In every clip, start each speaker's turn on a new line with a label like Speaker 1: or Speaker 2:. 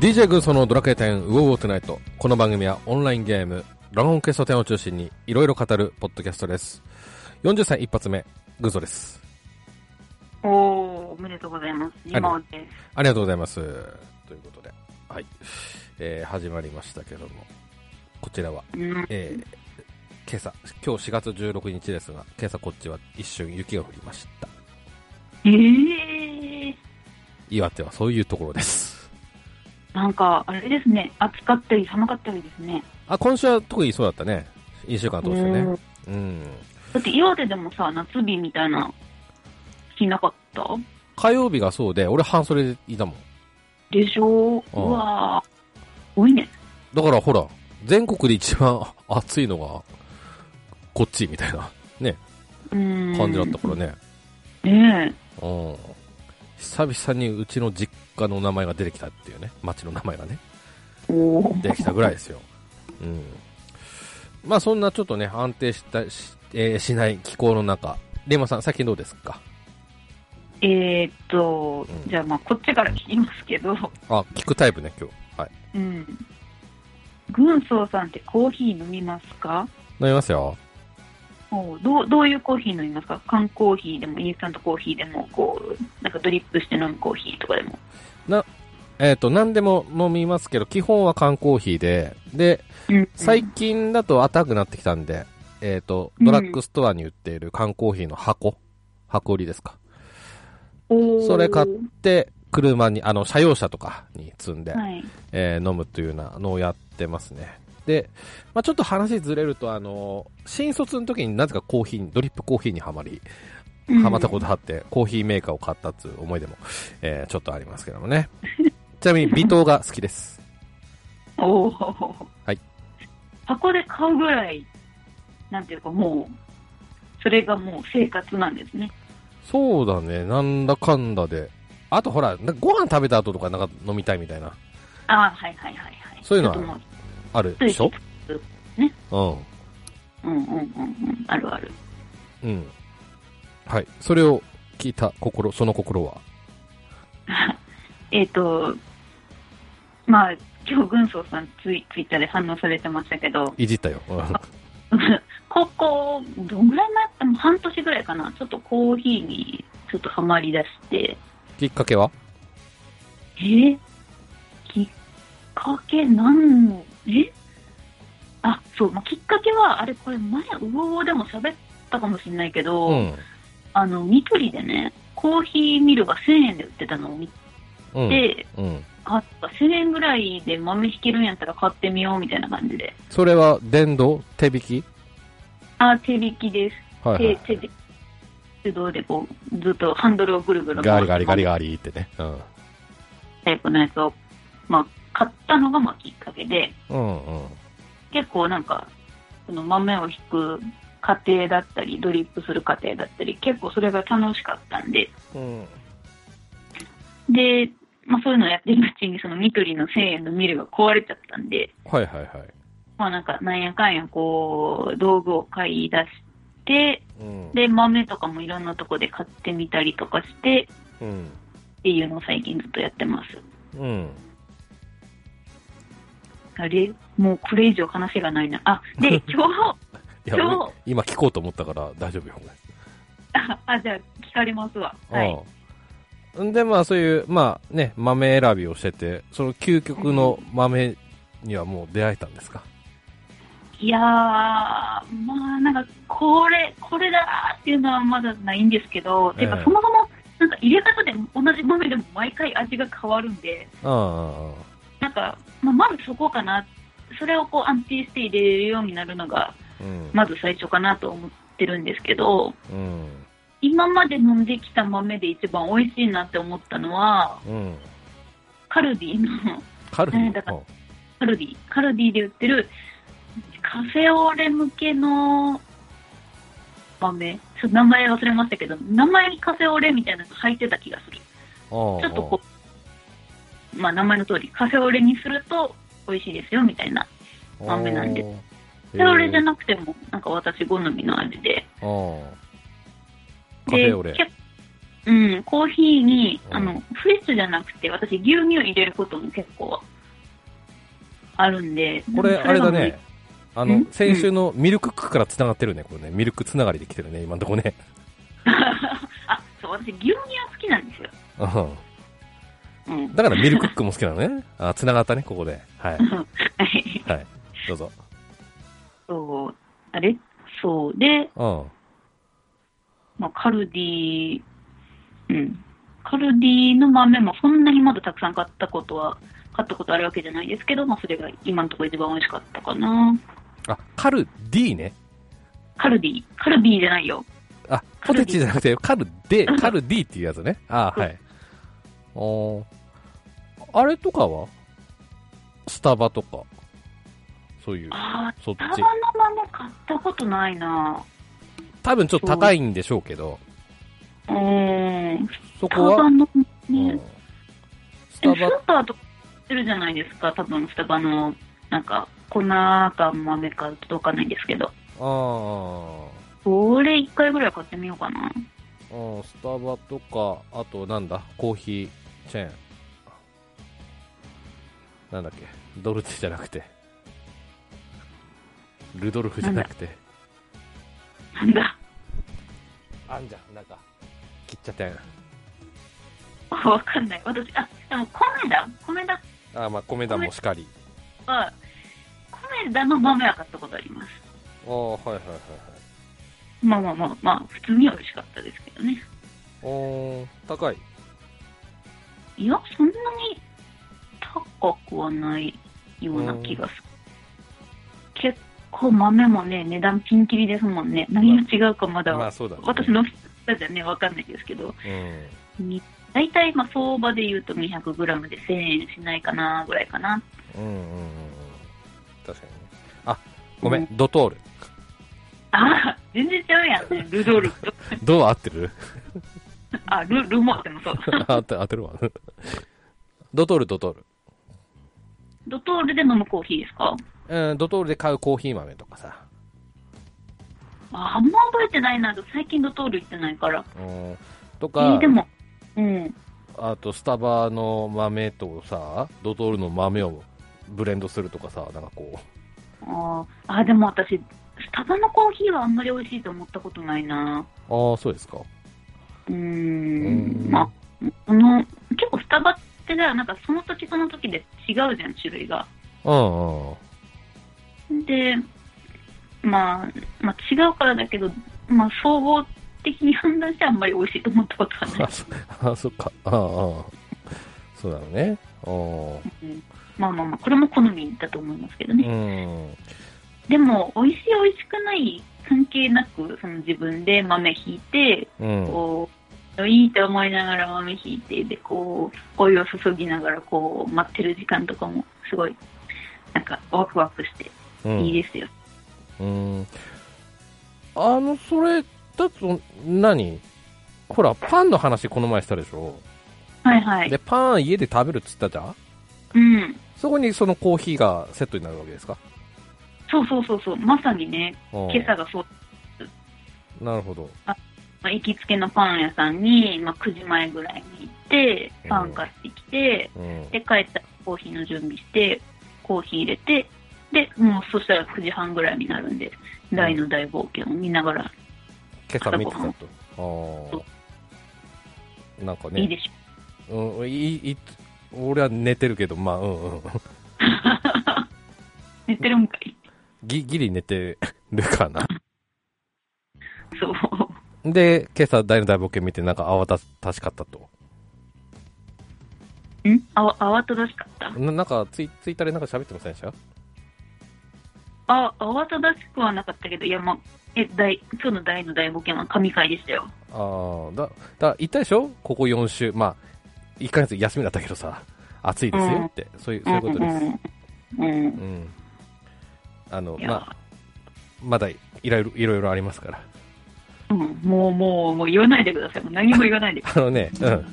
Speaker 1: DJ 軍曹のドラクエ10ウォーウォートナイト。この番組はオンラインゲーム、ドラゴンクエスト10を中心にいろいろ語るポッドキャストです。40歳一発目、軍曹です。
Speaker 2: おお、おめでとうございます。
Speaker 1: あり
Speaker 2: 今で
Speaker 1: ありがとうございます。ということで、はい。えー、始まりましたけども、こちらは、
Speaker 2: す。うん、
Speaker 1: えー、今朝、今日4月16日ですが、今朝こっちは一瞬雪が降りました。
Speaker 2: ええ
Speaker 1: 岩手はそういうところです。
Speaker 2: なんか、あれですね。暑かったり寒かったりですね。
Speaker 1: あ、今週は特にそうだったね。一週間通して
Speaker 2: うん
Speaker 1: ね。うん。
Speaker 2: だって岩手でもさ、夏日みたいな、日なかった
Speaker 1: 火曜日がそうで、俺半袖でいたもん。
Speaker 2: でしょう
Speaker 1: ああ
Speaker 2: わー多いね。
Speaker 1: だからほら、全国で一番 暑いのが、こっちみたいな
Speaker 2: うん。
Speaker 1: 感じだったからね。
Speaker 2: ね
Speaker 1: うん。久々にうちの実家の名前が出てきたっていうね。町の名前がね。
Speaker 2: え。おお。
Speaker 1: できたぐらいですよ。うん。まあそんなちょっとね、安定した、し,、えーしない気候の中。レイマさん、最近どうですか
Speaker 2: えー、っと、
Speaker 1: うん
Speaker 2: じゃあまあ、こっちから聞きますけど、
Speaker 1: あ、聞くタイプね、今日。はい。
Speaker 2: うん。軍曹さんってコーヒー飲みますか
Speaker 1: 飲みますよ。
Speaker 2: おうどうどういうコーヒー飲みますか缶コーヒーでもインスタントコーヒーでもこうなんかドリップして飲むコーヒーとかでも、
Speaker 1: えっ、と、何でも飲みますけど、基本は缶コーヒーで、で、
Speaker 2: うん、
Speaker 1: 最近だと暖かくなってきたんで、えっ、と、ドラッグストアに売っている缶コーヒーの箱、箱売りですか。それ買っ、
Speaker 2: って
Speaker 1: 車に、あの、車用車とかに積んで、
Speaker 2: はい
Speaker 1: えー飲むというようなのをやってますね。で、まあちょっと話ずれると、あの、新卒の時になぜかコーヒーに、ドリップコーヒーにはまり、ハマったことあって、コーヒーメーカーを買ったっていう思い出も、えーちょっとありますけどもね。 ちなみに、微糖が好きです。
Speaker 2: うんおー
Speaker 1: はい
Speaker 2: 箱で買うぐらいなんていうかもうそれがもう生活なんですね
Speaker 1: そうだね、なんだかんだで。あとほら、なご飯食べた後とかなんか飲みたいみたいな、
Speaker 2: ああはいはいはいはい
Speaker 1: そういうのは
Speaker 2: ちょっとも
Speaker 1: あるでしょ
Speaker 2: そうね
Speaker 1: うん。
Speaker 2: うんうんうんうんあるある
Speaker 1: うん。はい。それを聞いた心、その心は。
Speaker 2: えっ、とまあ今日軍曹さんツイツイッターで反応されてましたけど
Speaker 1: いじったよ。うん
Speaker 2: 高校、どんぐらい前もう半年ぐらいかな。ちょっとコーヒーにちょっとハマりだして。
Speaker 1: きっかけは
Speaker 2: えーきっかけなんのえあ、そう、まあ、きっかけは、あれこれ前、うおおでも喋ったかもしれないけど、
Speaker 1: うん。
Speaker 2: あの、ニトリでね、コーヒーミルが1000円で売ってたのを見
Speaker 1: うん。
Speaker 2: て、
Speaker 1: うん。
Speaker 2: あ、1000円ぐらいで豆引けるんやったら買ってみようみたいな感じで。
Speaker 1: それは、電動手引き
Speaker 2: あ、手引きです。
Speaker 1: はい、はい。
Speaker 2: 手、手で、手動でこう、ずっとハンドルをぐるぐる
Speaker 1: ガリガリガリ
Speaker 2: ガ
Speaker 1: ガリってね。うん。
Speaker 2: タイプのやつを、まあ、買ったのがまあきっかけで、
Speaker 1: うんうん。
Speaker 2: 結構なんか、その豆を引く過程だったり、ドリップする過程だったり、結構それが楽しかったんで、
Speaker 1: うん。
Speaker 2: で、まあそういうのをやってるうちに、そのニトリの1000円のミルが壊れちゃったんで、
Speaker 1: はいはいはい。
Speaker 2: まあなんか、なんやかんやこう、道具を買い出して、
Speaker 1: うん。
Speaker 2: で、豆とかもいろんなとこで買ってみたりとかして、
Speaker 1: うん。
Speaker 2: っていうのを最近ずっとやってます。
Speaker 1: うん。
Speaker 2: あれもうこれ以上話がないな。あ、で、 今日、
Speaker 1: いや、
Speaker 2: そう
Speaker 1: 俺今聞こうと思ったから大丈夫よ、これ
Speaker 2: ああ、じゃあ聞かれますわ。はい。
Speaker 1: うん。で、まあそういう、まあね、豆選びをしてて、その究極の豆にはもう出会えたんですか
Speaker 2: いやー、まあなんか、これ、これだーっていうのはまだないんですけど、ていう
Speaker 1: ええ
Speaker 2: かそもそも、なんか入れ方で同じ豆でも毎回味が変わるんで、
Speaker 1: うんうん
Speaker 2: なんか、まあ、まずそこかな。それをこう安定して入れれるようになるのが、
Speaker 1: うん。
Speaker 2: まず最初かなと思ってるんですけど、
Speaker 1: うん。
Speaker 2: 今まで飲んできた豆で一番美味しいなって思ったのは、
Speaker 1: うん。
Speaker 2: カルディの
Speaker 1: カルビ。
Speaker 2: ねだからカルディ、カルディで売ってるカフェオレ向けの豆、ちょっと名前忘れましたけど、名前にカフェオレみたいなのが入ってた気がする。ち
Speaker 1: ょ
Speaker 2: ょっとこう、まあ名前の通り、カフェオレにすると美味しいですよみたいな。
Speaker 1: う
Speaker 2: 豆なんで。
Speaker 1: カ
Speaker 2: カフェオレじゃなくても、なんか私好みの味で。
Speaker 1: カフ
Speaker 2: で
Speaker 1: ェオレ。
Speaker 2: 結構うん、コーヒーに、
Speaker 1: うん
Speaker 2: あの、フレッシュじゃなくて、私牛乳入れることも結構あるんで。
Speaker 1: これ、
Speaker 2: でも
Speaker 1: あれだね。。あの
Speaker 2: ん、
Speaker 1: 先週のミルククックから繋がってるね、これね。ミルク繋がりで来てるね、今んとこね。
Speaker 2: それが無理あ、そう、私、牛乳は好きなんですよ。
Speaker 1: うん
Speaker 2: うん。
Speaker 1: だからミルクックも好きなのね。あ、繋がったね、ここで。はい。
Speaker 2: はい。
Speaker 1: はい。どうぞ。
Speaker 2: そう、あれそう。で、
Speaker 1: うん。
Speaker 2: まあ、カルディ、うん。カルディの豆もそんなにまだたくさん買ったことは、買ったことあるわけじゃないですけど、まあ、それが今のところ一番美味しかったかな。
Speaker 1: あ、カルディね。
Speaker 2: カルディ、カルディじゃないよ。
Speaker 1: あ、ポ
Speaker 2: カルディ
Speaker 1: テチじゃなくて、カルデ、カルディっていうやつね。あはい。おーあれとかはスタバとか。そういう、
Speaker 2: ああ、
Speaker 1: そっ
Speaker 2: タバ
Speaker 1: ち
Speaker 2: の。豆買ったことないな。
Speaker 1: 多分ちょっと高いんでしょうけど、
Speaker 2: うーん。
Speaker 1: そ
Speaker 2: タ
Speaker 1: こは
Speaker 2: バ、の、
Speaker 1: うん
Speaker 2: ね、
Speaker 1: ス
Speaker 2: で
Speaker 1: タ
Speaker 2: もス
Speaker 1: バ
Speaker 2: ー、パーとか売ってるじゃないですか、多分スタバの、なんか、粉か豆か届かないんですけど。
Speaker 1: あー
Speaker 2: これ一回ぐらい買ってみようかな。
Speaker 1: うん、スタバとか、あとなんだ、コーヒーチェーン。なんだっけ、ドルチェじゃなくて、ルドルフじゃなくて、
Speaker 2: なんだ。
Speaker 1: あんじゃん、なんか、切っちゃったやん。
Speaker 2: わかんない。私、あ、でも米だ。米だ
Speaker 1: あーまあ、米田もしかり。
Speaker 2: は、米だの豆は買ったことあります。
Speaker 1: ああ、はいはいはいはい。
Speaker 2: まあまあまあまあ、普通には美味しかったですけどね。
Speaker 1: おー、高い。
Speaker 2: いや、そんなに高くはないような気がする。結構豆もね、値段ピンキリですもんね。何が違うかまだ、
Speaker 1: まあ、そうだ、ね。
Speaker 2: 私の人じゃね、わかんないですけど、
Speaker 1: うん。
Speaker 2: み大体まあ相場で言うと 200g で1000円しないかなぐらいかな。
Speaker 1: うんうんうんうん。確かにね。あ、ごめん、ドトール。
Speaker 2: ああ、全然ちゃうやん。ルドルフと。
Speaker 1: どう合ってる
Speaker 2: あ、ル、ルモってもそう。
Speaker 1: 合って合ってるわ。ドトール、ドトール。
Speaker 2: ドトールで飲むコーヒーですか
Speaker 1: うん、ドトールで買うコーヒー豆とかさ。
Speaker 2: ああんま覚えてないな。最近ドトール行ってないから。
Speaker 1: うん。と
Speaker 2: え
Speaker 1: か、
Speaker 2: ーでも、うん。
Speaker 1: あとスタバの豆とさ、ドトールの豆をブレンドするとかさ、なんかこ
Speaker 2: あーあー、でも私、スタバのコーヒーはあんまり美味しいと思ったことないな。
Speaker 1: う。ああ、そうですか。
Speaker 2: うー。
Speaker 1: うん
Speaker 2: まあ、この、結構スタバってじゃあなんかその時その時で違うじゃん、種類が。
Speaker 1: うんうん。
Speaker 2: で、まあ、まあ違うからだけど、まあ総合的に判断してあんまり美味しいと思ったことはない
Speaker 1: あ。そ あ、そっか。ああ、ああそうなのね。お
Speaker 2: うんまあまあまあ、これも好みだと思いますけどね。
Speaker 1: うん。
Speaker 2: でも、美味しい美味しくない関係なく、その自分で豆ひいて、
Speaker 1: うん。
Speaker 2: こう、いいと思いながら豆ひいて、で、こう、お湯を注ぎながら、こう、待ってる時間とかも、すごい、なんか、ワクワクして、
Speaker 1: うん
Speaker 2: いいですよ。
Speaker 1: うん。あの、それ、だと、何ほら、パンの話この前したでしょ。
Speaker 2: はいはい。
Speaker 1: で、パン家で食べるっつったじゃん
Speaker 2: うん。
Speaker 1: そこにそのコーヒーがセットになるわけですか
Speaker 2: そうそうそうそう。まさにね、
Speaker 1: 今
Speaker 2: 今朝がそう、
Speaker 1: なるほど。
Speaker 2: まあ、行きつけのパン屋さんに、まあ、9時前ぐらいに行って、パン買ってきて、
Speaker 1: うん。
Speaker 2: で、帰ったらコーヒーの準備して、コーヒー入れて、で、もうそしたら9時半ぐらいになるんで、大の大冒険を見ながら、
Speaker 1: 今朝見てたと。ああ。なんかね。
Speaker 2: いいでしょ。
Speaker 1: うん、いいい俺は寝てるけど、まあ、うんうん。
Speaker 2: 寝てるんかい。
Speaker 1: ぎギリ寝てるかな。
Speaker 2: そう。
Speaker 1: で、今朝大の大冒険見て、なんか慌ただしかったと。
Speaker 2: んあわ、慌ただしかった。
Speaker 1: ななんかツイ、ツイッターでなんか喋ってませんでした
Speaker 2: あ、慌ただしくはなかったけど、いや、まあ、え、大、今日の大の大冒険は神回でしたよ。
Speaker 1: ああ、だ、だ、言ったでしょここ4週。まあ、1ヶ月休みだったけどさ、暑いですよって、そういう、そういうことです。
Speaker 2: うんうんうん。うん。
Speaker 1: うん。あの、
Speaker 2: いや
Speaker 1: まあ、まだいろいろ、いろいろありますから。
Speaker 2: うん、もう、もう、もう言わないでください。もう何も言わないで。
Speaker 1: あのね、うん。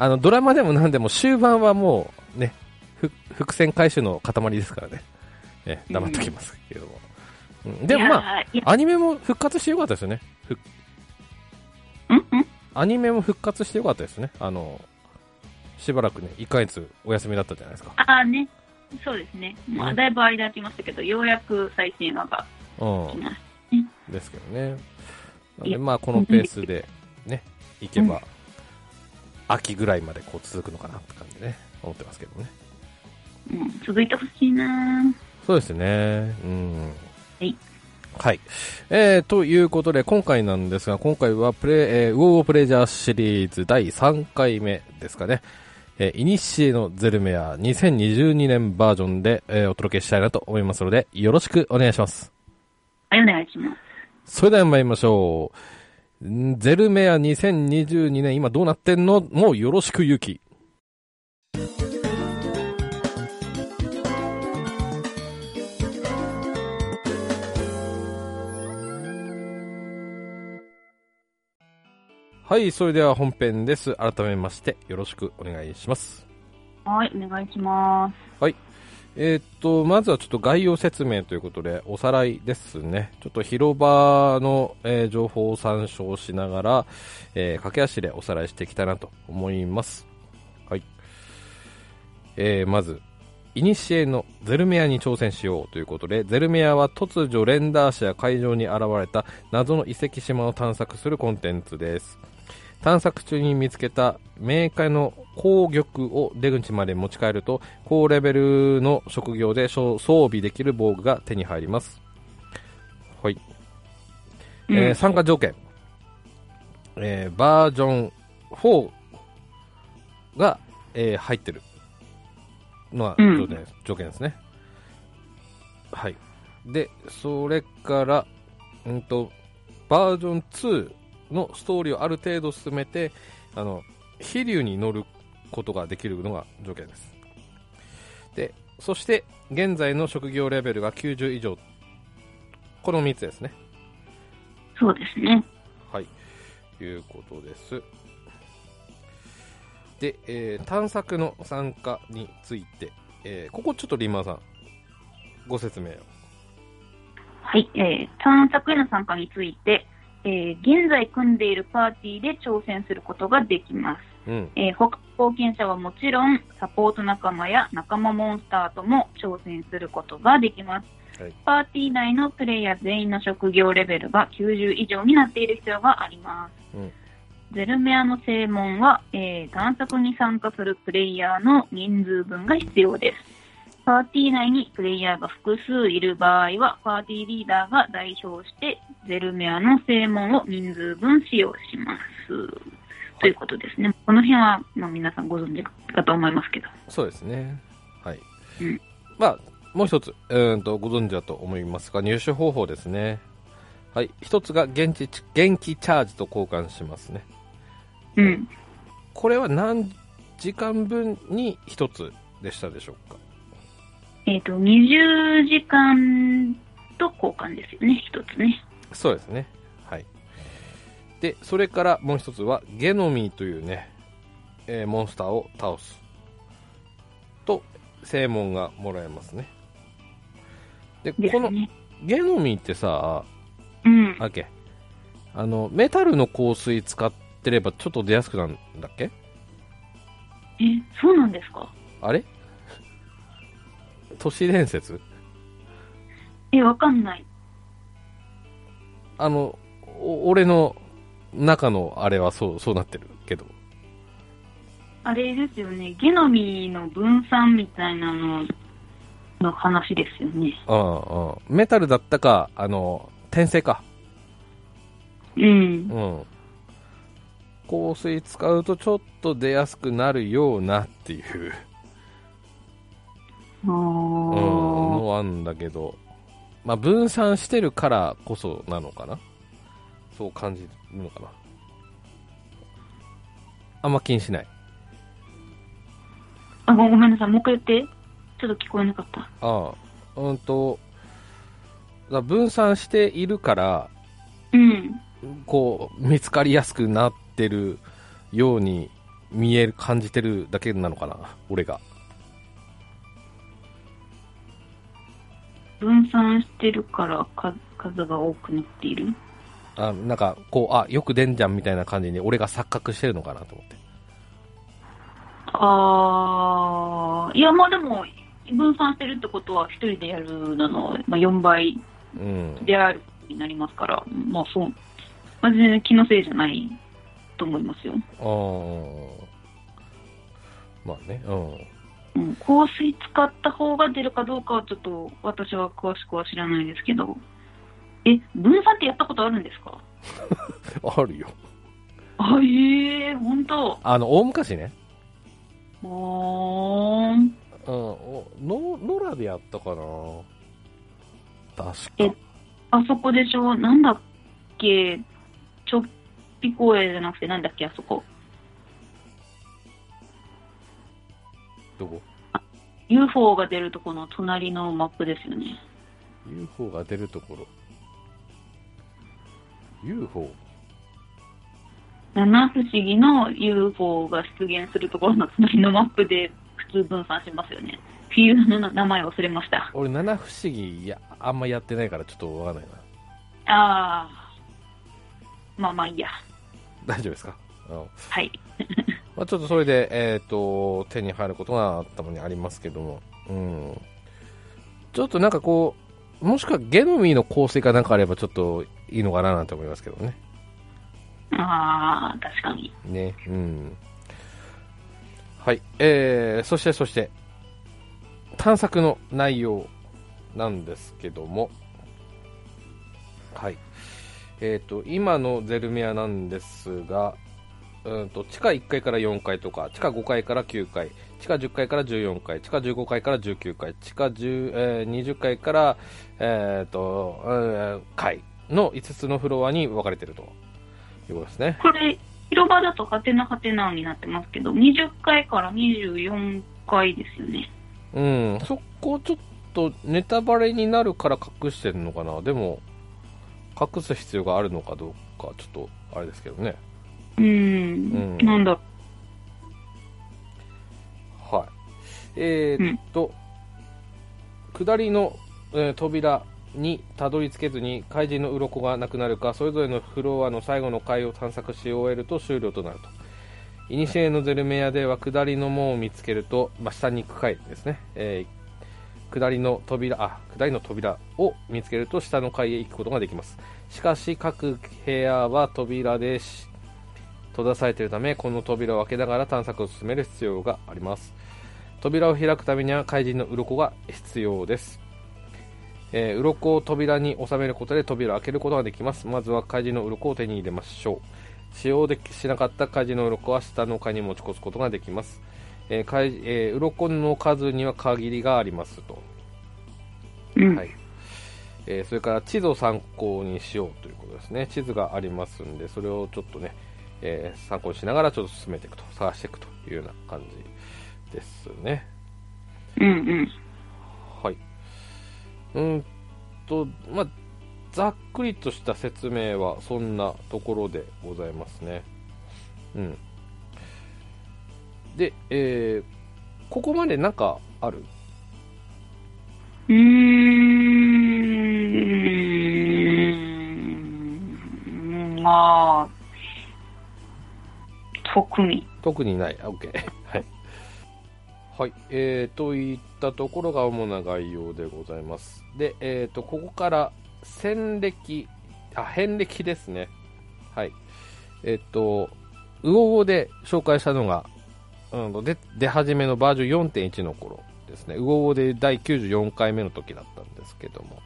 Speaker 1: あの、ドラマでも何でも終盤はもう、ね、ふ伏線回収の塊ですからね。え、黙っときますけども。うん、 でもまあ、
Speaker 2: あ、いや、
Speaker 1: アニメも復活してよかったですよね。ふ
Speaker 2: うんうん。
Speaker 1: アニメも復活してよかったですね。あの、しばらくね、1ヶ月お休みだったじゃないですか。
Speaker 2: ああね。そうですね。まあ、だいぶ間空きましたけど、ようやく最新話が来
Speaker 1: う
Speaker 2: まし
Speaker 1: ん。ですけどね。なん
Speaker 2: い
Speaker 1: で、
Speaker 2: や
Speaker 1: まあ、このペースでね、いけば、秋ぐらいまでこう続くのかなって感じでね、思ってますけどね。
Speaker 2: た。うん、続いてほしいな
Speaker 1: そうですね。うん。
Speaker 2: はい。
Speaker 1: はい。えー、ということで、今回なんですが、今回はプレ、えーウォープレジャーシリーズ第3回目ですかね。えー、イニシエのゼルメア2022年バージョンで、えーお届けしたいなと思いますので、よろしくお願いします。
Speaker 2: はい、お願いします。
Speaker 1: それでは参りましょう。んゼルメア2022年今どうなってんのもうよろしくゆき。はい、それでは本編です。改めましてよろしくお願いします。
Speaker 2: はい、お願いします。
Speaker 1: えーっと、まずはちょっと概要説明ということで、おさらいですね。ちょっと広場の、えー情報を参照しながら、えー駆け足でおさらいしていきたいなと思います。はい。えーまず、イニシエのゼルメアに挑戦しようということで、ゼルメアは突如レンダーシア海上に現れた謎の遺跡島を探索するコンテンツです。探索中に見つけた冥界の鉱玉を出口まで持ち帰ると高レベルの職業で装装備できる防具が手に入ります、はいえー
Speaker 2: うん
Speaker 1: 参加条件、えーバージョン4が、えー入ってるのは
Speaker 2: うん
Speaker 1: 条件,、条件ですねはいでそれからうんとバージョン2のストーリーをある程度進めてあの飛竜に乗ることができるのが条件ですでそして現在の職業レベルが90以上この3つですね
Speaker 2: そうですね。
Speaker 1: はいいうことですで、えー探索の参加について、えーここちょっとリンマーさんご説明を
Speaker 2: はい、えー、探索への参加について、えー現在組んでいるパーティーで挑戦することができます。
Speaker 1: うん
Speaker 2: えー他の貢献者はもちろん、サポート仲間や仲間モンスターとも挑戦することができます。
Speaker 1: はい
Speaker 2: パーティー内のプレイヤー全員の職業レベルが90以上になっている必要があります。
Speaker 1: うん
Speaker 2: ゼルメアの正門は、えー探索に参加するプレイヤーの人数分が必要です。パーティー内にプレイヤーが複数いる場合は、パーティーリーダーが代表して、ゼルメアの正門を人数分使用します。ということですね。この辺は、まあ、皆さんご存知かと思いますけど。
Speaker 1: そうですね。はい。
Speaker 2: うん
Speaker 1: まあ、もう一つ、うーんと、ご存知だと思いますが、入手方法ですね。はい。一つが現地、現気チャージと交換しますね。
Speaker 2: うん。
Speaker 1: これは何時間分に一つでしたでしょうか。
Speaker 2: えっ、と、20時間と交換ですよね、一つね。
Speaker 1: そうですね。はい。で、それからもう一つは、ゲノミーというね、えーモンスターを倒す。と、正門がもらえますね。で、
Speaker 2: で
Speaker 1: こ
Speaker 2: す
Speaker 1: の、
Speaker 2: ね。
Speaker 1: ゲノミーってさ、
Speaker 2: うん。
Speaker 1: オッケーあのメタルの香水使ってればちょっと出やすくなるんだっけ
Speaker 2: え、そうなんですか
Speaker 1: あれ都市伝説
Speaker 2: え、わかんない。
Speaker 1: あのお俺の中のあれはそうそうなってるけど
Speaker 2: あれですよね、ゲノミーの分散みたいなのの話ですよね。
Speaker 1: うんうんメタルだったかあの転生か
Speaker 2: うん。
Speaker 1: うん香水使うとちょっと出やすくなるようなっていう、う
Speaker 2: あ
Speaker 1: ん、
Speaker 2: ー
Speaker 1: のあんだけど、まあ、分散してるからこそなのかなそう感じるのかなあんま気にしない
Speaker 2: あご。ごめんなさい、もう一回言って。ちょっと聞こえなかった。
Speaker 1: ああうんとだから分散しているから
Speaker 2: うん。
Speaker 1: こう見つかりやすくなってるように見える感じてるだけなのかな俺が
Speaker 2: 分散してるから数数が多くなっている。
Speaker 1: あなんかこうあよく出んじゃんみたいな感じに俺が錯覚してるのかなと思って
Speaker 2: あー、いや、まあでも、分散してるってことは、一人でやるなの、まあ、4倍
Speaker 1: うん。
Speaker 2: であるになりますから、まあそう、まあ、全然気のせいじゃないと思いますよ。
Speaker 1: あーまあね、うん。
Speaker 2: うん、香水使った方が出るかどうかはちょっと私は詳しくは知らないですけど、え、分散ってやったことあるんですか
Speaker 1: あるよ。
Speaker 2: あ、ええ本当。
Speaker 1: あの、大昔ね、
Speaker 2: おーん。
Speaker 1: うん、おの野良でやったかな
Speaker 2: え
Speaker 1: 確か。
Speaker 2: あそこでしょなんだっけちょっぴ公園じゃなくてなんだっけあそこ。
Speaker 1: どこ
Speaker 2: UFO が出るとこの隣のマップですよね。
Speaker 1: ?UFO が出るところ。UFO?
Speaker 2: 七不思議の UFO が出現するところの隣のマップで普通分散しますよね。フィールドの名前忘れました。
Speaker 1: 俺、七不思議、いや、あんまやってないからちょっとわかんないな。
Speaker 2: あー。まあまあいいや。
Speaker 1: 大丈夫ですかうん。
Speaker 2: はい。
Speaker 1: まあ、ちょっとそれで、えっと手に入ることがたまにありますけども、うん、ちょっとなんかこうもしくはゲノミーの構成かなんかあればちょっといいのかななんて思いますけどね
Speaker 2: あー、確かに。
Speaker 1: ね、うん、はい、えー、そしてそして探索の内容なんですけどもはいえー、と今のゼルメアなんですが、うん、と地下1階から4階とか地下5階から9階地下10階から14階地下15階から19階地下10、えー20階から、えーとうん階の5つのフロアに分かれてるということですね
Speaker 2: これ、広場だとハテナハテナになってますけど、20階から24階ですよね。
Speaker 1: うん、そこちょっとネタバレになるから隠してるのかな、でも、隠す必要があるのかどうか、ちょっとあれですけどね。
Speaker 2: うー
Speaker 1: うん
Speaker 2: ん。なんだろ
Speaker 1: はい。えーっと、下りの、えー扉にたどり着けずに怪人の鱗がなくなるか、それぞれのフロアの最後の階を探索し終えると終了となると。イニシエのゼルメアでは下りの門を見つけると、まあ、下に行く階ですね、えー下りの扉、あ、下りの扉を見つけると下の階へ行くことができます。しかし各部屋は扉でし閉ざされているため、この扉を開けながら探索を進める必要があります。扉を開くためには怪人の鱗が必要です、えー、鱗を扉に収めることで扉を開けることができますまずは怪人の鱗を手に入れましょう使用できしなかった怪人の鱗は下の階に持ち越すことができます、えー怪えー鱗の数には限りがありますと、
Speaker 2: う。うん。
Speaker 1: はいえーそれから地図を参考にしようということですね地図がありますんでそれをちょっとね、えー参考にしながらちょっと進めていくと探していくというような感じですね
Speaker 2: うんうん。
Speaker 1: はい。うーんと、まあ、ざっくりとした説明はそんなところでございますね。うん。で、えーここまでなんかある
Speaker 2: うーん。まあ、特に。
Speaker 1: 特にない。あ OK。はい。 はい。えー、といったところが主な概要でございます。で、えー、と、ここから、戦歴、あ、遍歴ですね。はい。えっ、と、ウオウオで紹介したのが、うんと、で出始めのバージョン4.1の頃ですね。ウオウオで第94回目の時だったんですけども。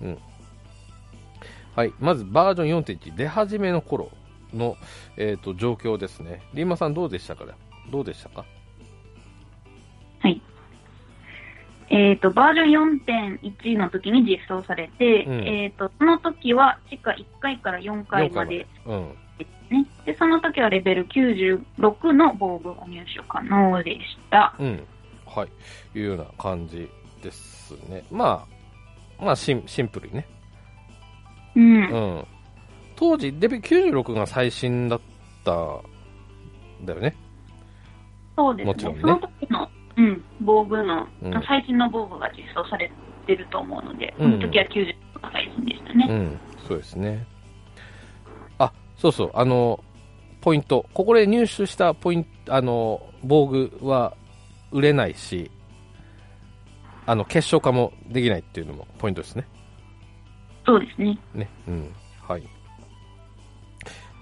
Speaker 1: うん。はい。まず、バージョン4.1、出始めの頃の、えー、と状況ですね。リーマさんどうでしたかどうでしたか
Speaker 2: えっ、と、バージョン4.1の時に実装されて、
Speaker 1: うん
Speaker 2: えっ、と、その時は地下1階から4階まで
Speaker 1: うん。
Speaker 2: ですね。で、その時はレベル96の防具を入手可能でした。
Speaker 1: うん。はい。いうような感じですね。まあ、まあシン、シンプルにね。
Speaker 2: うん。
Speaker 1: うん。当時、デビュー96が最新だった、だよね。
Speaker 2: そうですね。
Speaker 1: もちろんね
Speaker 2: その時の、うん、防具の、
Speaker 1: うん
Speaker 2: 最新の防具が実装されてると思うので、
Speaker 1: うん
Speaker 2: その時は96が最新でした
Speaker 1: う
Speaker 2: ね。
Speaker 1: ん。そうですね。あ、そうそう。あの、ポイント。ここで入手したポイント、あの、防具は売れないし、あの、結晶化もできないっていうのもポイントですね。
Speaker 2: そうですね。
Speaker 1: ね。うん。はい。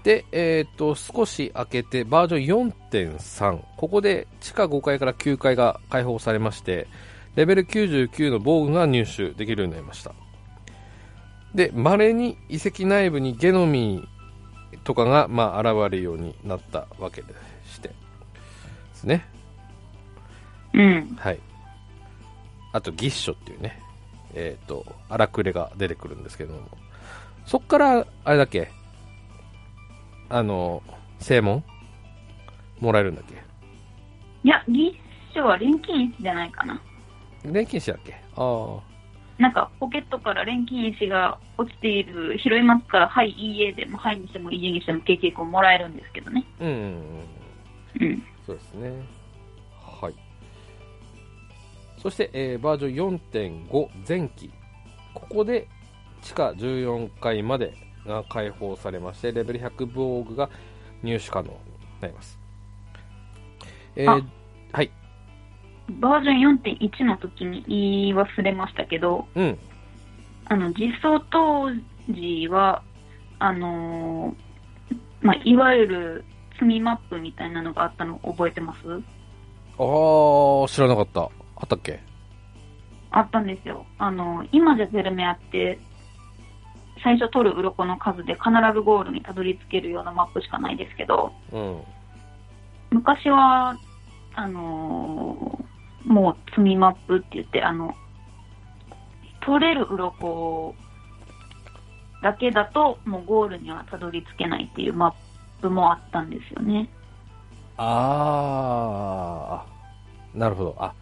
Speaker 1: で、えっ、と、少し開けて、バージョン4.3。ここで、地下5階から9階が開放されまして、レベル99の防具が入手できるようになりました。で、稀に遺跡内部にゲノミーとかが、まあ、現れるようになったわけでして、ですね。
Speaker 2: うん。
Speaker 1: はい。あと、ギッショっていうね、えっ、と、荒くれが出てくるんですけども、そっから、あれだっけ、あの、正門もらえるんだっけ
Speaker 2: いや、ギッショは錬金石じゃないかな。
Speaker 1: 錬金士だっけあ
Speaker 2: なんか、ポケットから錬金石が落ちている、拾いますから、はい、いいえでも、はいにしても、いいえにしても、経験をもらえるんですけどね。
Speaker 1: あ、うんうんうん、
Speaker 2: うん。
Speaker 1: そうですね。はい。そして、えーバージョン4.5前期。ここで地下14階までが開放されまして、レベル100防具が入手可能になります。えー
Speaker 2: あ
Speaker 1: はい。
Speaker 2: バージョン4.1の時に言い忘れましたけど、
Speaker 1: うん。
Speaker 2: あの、実装当時は、あのーまあ、いわゆる、積みマップみたいなのがあったの覚えてます
Speaker 1: あー、知らなかった。あったっけ
Speaker 2: あったんですよ。あの、今じゃゼルメアって、最初取る鱗の数で必ずゴールにたどり着けるようなマップしかないですけど、
Speaker 1: うん。
Speaker 2: 昔は、あのーもう積みマップって言って、あの、取れる鱗だけだと、もうゴールにはたどり着けないっていうマップもあったんですよね。
Speaker 1: あー、なるほど。あ、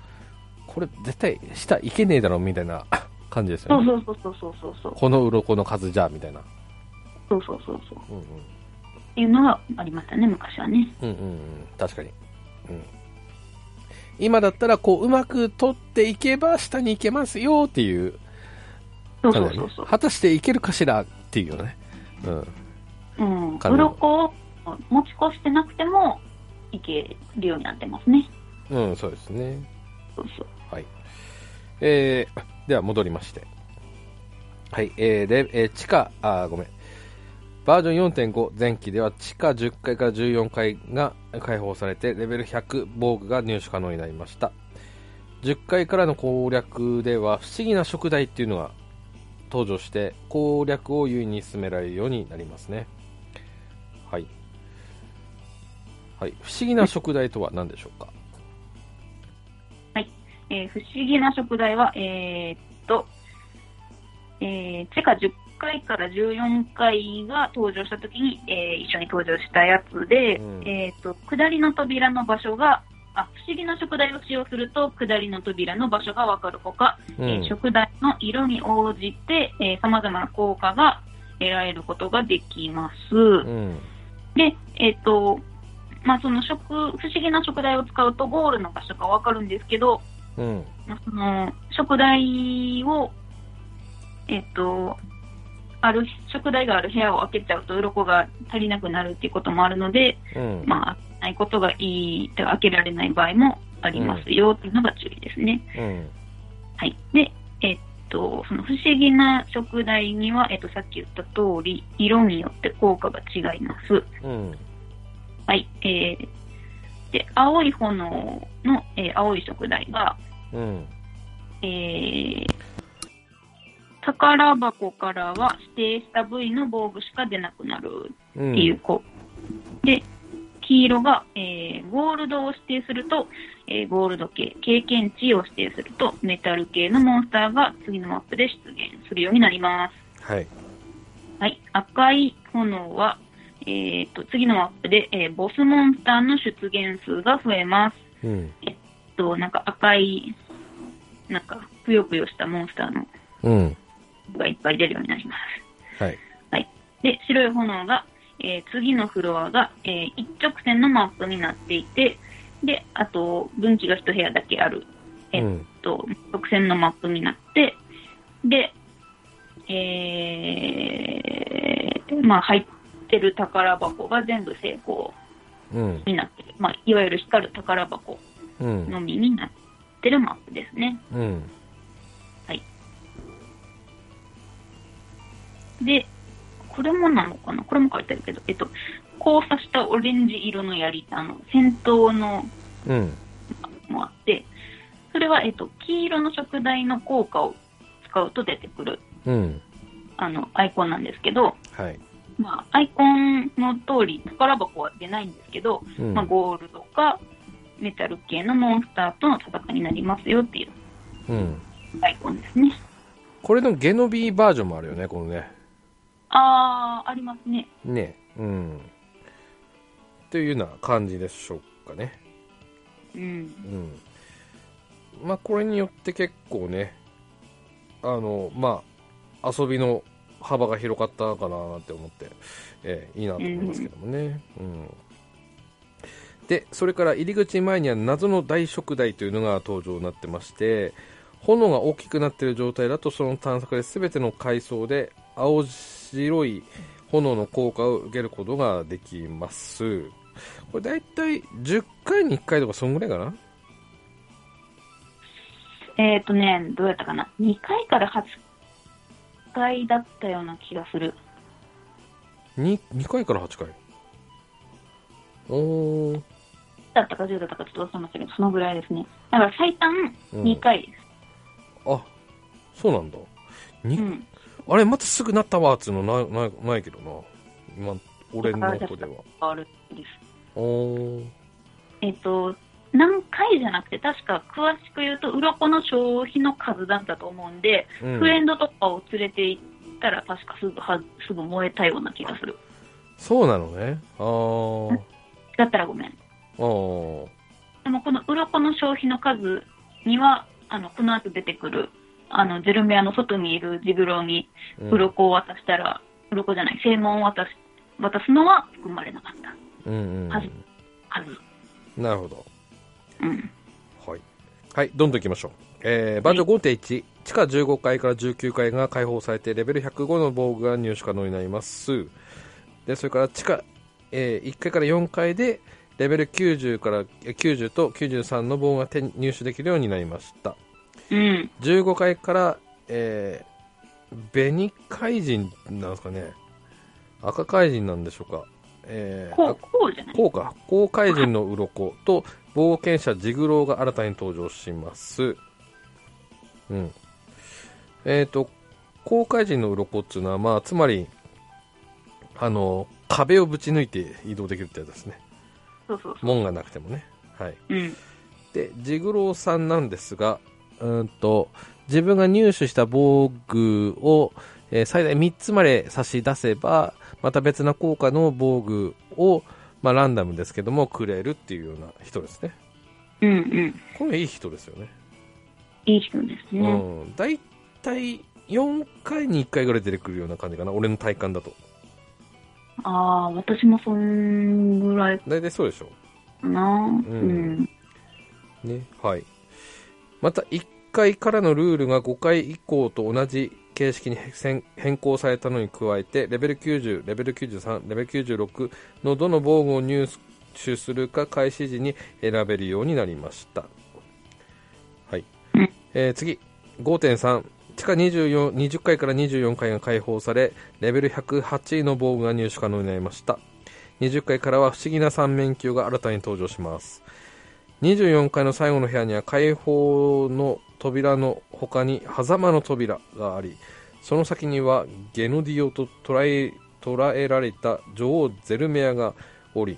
Speaker 1: これ絶対下いけねえだろみたいな感じです
Speaker 2: そ
Speaker 1: よ
Speaker 2: う
Speaker 1: ね。
Speaker 2: そうそうそうそうそうそう。
Speaker 1: この鱗の数じゃ、みたいな。
Speaker 2: そうそうそうそう。
Speaker 1: うんうん。
Speaker 2: っていうのがありましたね、昔はね。
Speaker 1: うんうんうん、確かに、うん、今だったらこううまく取っていけば下に行けますよっていう
Speaker 2: そうそ
Speaker 1: 感
Speaker 2: う
Speaker 1: じだ
Speaker 2: そ
Speaker 1: よ
Speaker 2: う
Speaker 1: ね
Speaker 2: そう。
Speaker 1: 果たしていけるかしらっていうよね、うん、
Speaker 2: うん、
Speaker 1: かなり
Speaker 2: 鱗を持ち越してなくてもいけるようになってますね。
Speaker 1: うん、そうですね
Speaker 2: そうそう。
Speaker 1: はい。えーでは戻りまして。はい、えーで、えー地下、あー、ごめん。バージョン4.5前期では地下10階から14階が開放されて、レベル100防具が入手可能になりました。10階からの攻略では、不思議な食材っていうのが登場して、攻略を優位に進められるようになりますね。はい。はい、不思議な食材とは何でしょうか
Speaker 2: えー不思議な食材は、えーっと、えー地下10回から14回が登場した時に、えー一緒に登場したやつで、
Speaker 1: うん
Speaker 2: えーっと、下りの扉の場所が、あ不思議な食材を使用すると、下りの扉の場所がわかるほか、
Speaker 1: う
Speaker 2: えー食材の色に応じて、えー、様々な効果が得られることができます。
Speaker 1: うん。
Speaker 2: で、えっ、と、まあ、その食、不思議な食材を使うとゴールの場所がわかるんですけど、
Speaker 1: うん。
Speaker 2: まあその、食材を、えっ、と、ある、食材がある部屋を開けちゃうと、鱗が足りなくなるっていうこともあるので、
Speaker 1: うん。
Speaker 2: まあ、開けないことがいい、てか開けられない場合もありますよ、っていうのが注意ですね。
Speaker 1: うん。
Speaker 2: はい。で、えっ、と、その不思議な食材には、えっ、と、さっき言った通り、色によって効果が違います。
Speaker 1: うん。
Speaker 2: はい、えーで、青い炎の、えー青い食材が、
Speaker 1: うん。
Speaker 2: えー宝箱からは指定した部位の防具しか出なくなる
Speaker 1: う
Speaker 2: っ
Speaker 1: ん。
Speaker 2: ていう子。で、黄色が、えーゴールドを指定すると、えーゴールド系、経験値を指定すると、メタル系のモンスターが次のマップで出現するようになります。
Speaker 1: はい。
Speaker 2: はい、赤い炎は、えー、と次のマップで、えーボスモンスターの出現数が増えます。
Speaker 1: うん。
Speaker 2: となんか赤い、なんかぷよぷよしたモンスターの
Speaker 1: うん。
Speaker 2: がいっぱい出るようになります。
Speaker 1: はい。
Speaker 2: で、白い炎が、えー次のフロアが、えー一直線のマップになっていて、で、あと分岐が一部屋だけある、え
Speaker 1: うん。
Speaker 2: えっと直線のマップになって、で、えー、まあ入ってる宝箱が全部成功
Speaker 1: うん。
Speaker 2: になってる。まあ、いわゆる光る宝箱
Speaker 1: うん。
Speaker 2: のみになってるマップですね。
Speaker 1: うん。
Speaker 2: で、これもなのかなこれも書いてあるけど、えっと、交差したオレンジ色の槍、あの、戦闘の
Speaker 1: うん。
Speaker 2: もあって、それは、えっと、黄色の食材の効果を使うと出てくる、
Speaker 1: うん。
Speaker 2: あの、アイコンなんですけど、
Speaker 1: はい。
Speaker 2: まあ、アイコンの通り、宝箱は出ないんですけど、
Speaker 1: うん
Speaker 2: まあ、ゴールドか、メタル系のモンスターとの戦いになりますよっていう
Speaker 1: うん。
Speaker 2: アイコンですね。
Speaker 1: これのゲノビーバージョンもあるよね、このね。
Speaker 2: あー、ありますね。
Speaker 1: ね。うん。というような感じでしょうかね。
Speaker 2: うん。
Speaker 1: うん。まあ、これによって結構ね、あの、まあ、遊びの幅が広かったかなって思って、ええいいなと思いますけどもね。うん。で、それから入り口前には謎の大食台というのが登場になってまして、炎が大きくなっている状態だとその探索で全ての階層で青白い炎の効果を受けることができます。これ大体10回に1回とかそんぐらいかな
Speaker 2: えっ、ー、とね、どうやったかな。2回から8回だったような気がする。
Speaker 1: 2, 2回から8回おー、
Speaker 2: だったか10だったかちょっと忘れましたけど、そのぐらいですね。だから最短
Speaker 1: うん
Speaker 2: 2回です。
Speaker 1: あそうなんだ、に
Speaker 2: うん。
Speaker 1: あれまたすぐなったわっつうのないないないけどな今俺のとこでは
Speaker 2: 変わるんです。
Speaker 1: おー
Speaker 2: えっ、と、何回じゃなくて、確か詳しく言うと、鱗の消費の数だったと思うんで、
Speaker 1: うん
Speaker 2: フレンドとかを連れて行ったら、確かすぐは、すぐ燃えたような気がする。
Speaker 1: そうなのねあー
Speaker 2: だったらごめん。
Speaker 1: あー
Speaker 2: でもこの鱗の消費の数には、あの、この後出てくる、あの、ジェルメアの外にいるジグローに、
Speaker 1: うん
Speaker 2: 鱗を渡したら、鱗じゃない、正門を渡し、渡すのは含まれなかった
Speaker 1: うんうん
Speaker 2: はず数。
Speaker 1: なるほど
Speaker 2: うん。
Speaker 1: はい、はい、どんどん行きましょう、えー、バージョン5.1、地下15階から19階が開放されてレベル105の防具が入手可能になりますでそれから地下、えー1階から4階でレベル90からえー90と93の防具が手に入手できるようになりました
Speaker 2: うん。
Speaker 1: 15階から、えー、紅怪人なんですかね赤怪人なんでしょうか、えー
Speaker 2: こう、こうじゃない
Speaker 1: こうか、航海人の鱗と冒険者ジグローが新たに登場します。うん。えっ、と、航海人の鱗っていうのは、まあ、つまり、あの、壁をぶち抜いて移動できるってやつですね。
Speaker 2: そうそうそう。
Speaker 1: 門がなくてもね。はい。
Speaker 2: うん。
Speaker 1: で、ジグローさんなんですが、うーんと、自分が入手した防具を、えー最大3つまで差し出せば、また別な効果の防具を、まあ、ランダムですけども、くれるっていうような人ですね。
Speaker 2: うんうん。
Speaker 1: これいい人ですよね。
Speaker 2: いい人ですね。
Speaker 1: うん。だいたい4回に1回ぐらい出てくるような感じかな。俺の体感だと。
Speaker 2: ああ、私もそんぐらい
Speaker 1: だいたいそうでしょ。
Speaker 2: かな。うん。
Speaker 1: ね、はい。また、1回からのルールが5回以降と同じ形式に変変更されたのに加えて、レベル90、レベル93、レベル96のどの防具を入手するか開始時に選べるようになりました。はい
Speaker 2: うん。
Speaker 1: えー次、5.3。地下24 20階から24階が開放され、レベル108の防具が入手可能になりました。20階からは不思議な三面球が新たに登場します。24階の最後の部屋には開放の扉の他に狭間の扉がありその先にはゲノディオと捉え捕らえられた女王ゼルメアがおり、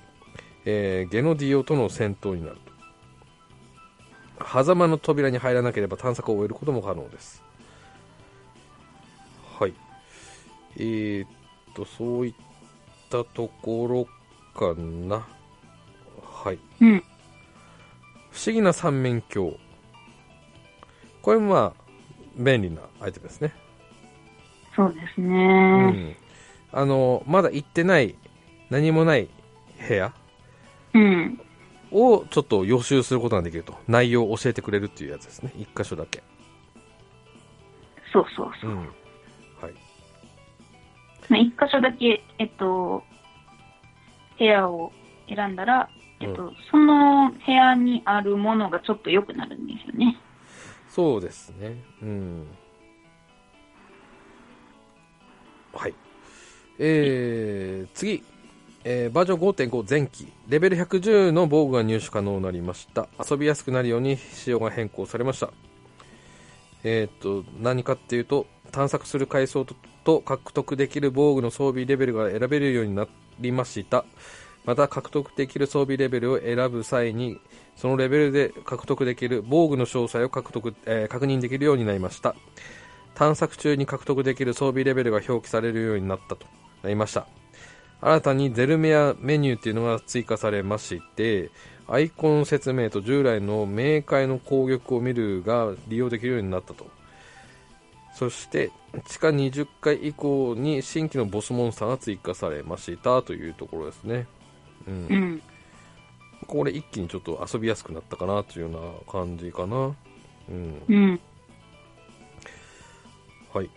Speaker 1: えーゲノディオとの戦闘になると狭間の扉に入らなければ探索を終えることも可能ですはいえー、っとそういったところかなはい
Speaker 2: うん。
Speaker 1: 不思議な三面鏡これもまあ便利なアイテムですね、
Speaker 2: そうですね。
Speaker 1: うあのまだ行ってない何もない部屋
Speaker 2: うん。
Speaker 1: をちょっと予習することができると内容を教えてくれるっていうやつですね一箇所だけ、
Speaker 2: そうそう
Speaker 1: う
Speaker 2: そう。
Speaker 1: んはい、
Speaker 2: まあ、一箇所だけ、えっと、部屋を選んだら、えっと、その部屋にあるものがちょっと良くなるんですよね。
Speaker 1: そうですねうんはい。えー、次。えーバージョン5.5前期。レベル110の防具が入手可能になりました。遊びやすくなるように仕様が変更されました。えーっと、何かっていうと、探索する階層とと獲得できる防具の装備レベルが選べるようになりました。また獲得できる装備レベルを選ぶ際に、そのレベルで獲得できる防具の詳細を獲得、えー確認できるようになりました。探索中に獲得できる装備レベルが表記されるようになったとなりました新たにゼルメアメニューっていうのが追加されましてアイコン説明と従来の明快の攻撃を見るが利用できるようになったとそして地下20階以降に新規のボスモンスターが追加されましたというところですねうん
Speaker 2: うん。
Speaker 1: これ一気にちょっと遊びやすくなったかなというような感じかなうん
Speaker 2: うん。
Speaker 1: はい。